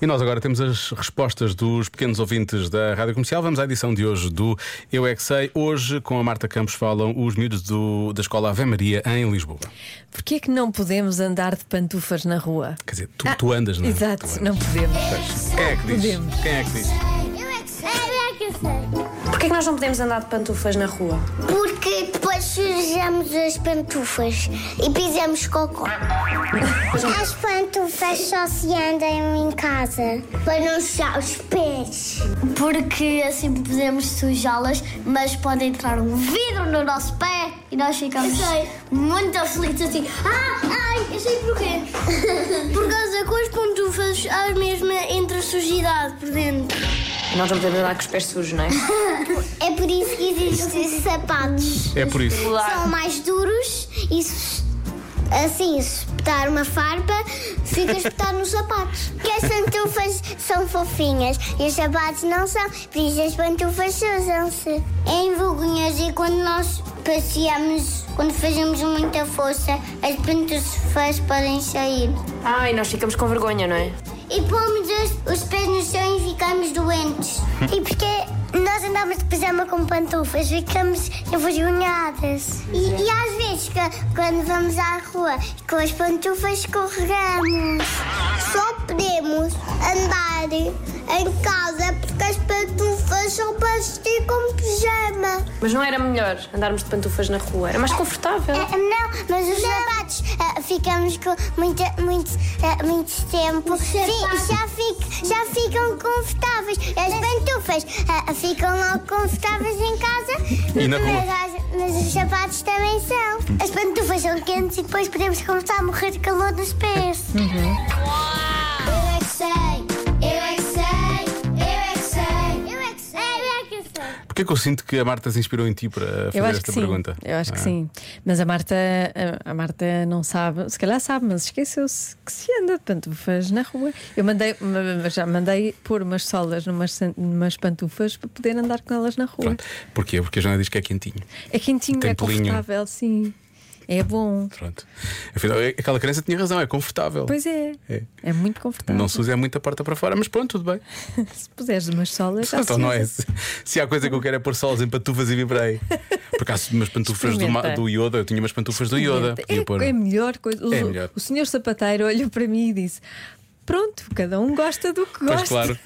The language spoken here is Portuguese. E nós agora temos as respostas dos pequenos ouvintes da Rádio Comercial. Vamos à edição de hoje do Eu é que Sei. Hoje, com a Marta Campos, falam os miúdos do- da escola Ave Maria em Lisboa. Porquê é que não podemos andar de pantufas na rua? Quer dizer, tu, tu andas, não é? Ah, Exato, Tu andas. não podemos. Quem é que diz? Podemos. Quem é que diz? Eu é que sei. Eu é que sei. Porquê é que nós não podemos andar de pantufas na rua? Porque depois sujamos as pantufas e pisamos cocô. As pantufas só se andam em casa para não sujar os pés. Porque assim podemos sujá-las, mas pode entrar um vidro no nosso pé e nós ficamos muito aflitos assim. Ah, ai, eu sei porquê. Por causa que as pantufas há mesmo entre sujidade por dentro. Nós não podemos andar com os pés sujos, não é? É por isso que existem sapatos. É por isso. São mais duros e se- assim, se espetar uma farpa, fica a espetar nos sapatos. Porque as pantufas são fofinhas e os sapatos não são, por isso as pantufas usam-se. É Em vergonhas e quando nós passeamos, quando fazemos muita força, as pantufas podem sair. Ai, nós ficamos com vergonha, não é? E pomos os, os pés no chão e ficamos doentes. E porque nós andamos de pijama com pantufas, ficamos envergonhadas. E, e às vezes, que- quando vamos à rua com as pantufas, escorregamos. Só podemos andar em casa porque as pantufas são para vestir com pijama. Mas não era melhor andarmos de pantufas na rua? Era mais confortável. É, Não, mas os sapatos ah, ficamos com muito, muito, ah, muito tempo. Fi- já, fic- já ficam confortáveis. As pantufas ah, ficam logo confortáveis em casa. E na rua? Mas, as- mas os sapatos também são. As pantufas são quentes e depois podemos começar a morrer de calor nos pés. Uhum. Eu é que sei, eu é que sei, eu é que sei, eu é que sei, eu é que sei. Porquê que eu sinto que a Marta se inspirou em ti para fazer Eu acho esta que sim. pergunta? Eu acho que Ah. sim. Mas a Marta, a, a Marta não sabe, se calhar sabe, mas esqueceu-se que se anda de pantufas na rua. Eu mandei, ma- já mandei pôr umas solas numas, san- numas pantufas para poder andar com elas na rua. Pronto. Porquê? Porque a Joana diz que é quentinho. É quentinho, Tem é pelinho. confortável, sim. É bom. Pronto. Afinal, aquela criança tinha razão, é confortável. Pois é. É. É, muito confortável. Não se usa é muita porta para fora, mas pronto, tudo bem. Se puseres umas solas, já Então se não é. usa. Se se há coisa que eu quero é pôr solas em pantufas e vibrei. Por acaso, umas pantufas do, ma- Experimenta. do Yoda, eu tinha umas pantufas do Yoda. É, Podia pôr. é a melhor coisa. O, É melhor. o senhor sapateiro olhou para mim e disse: Pronto, cada um gosta do que Pois gosta. claro.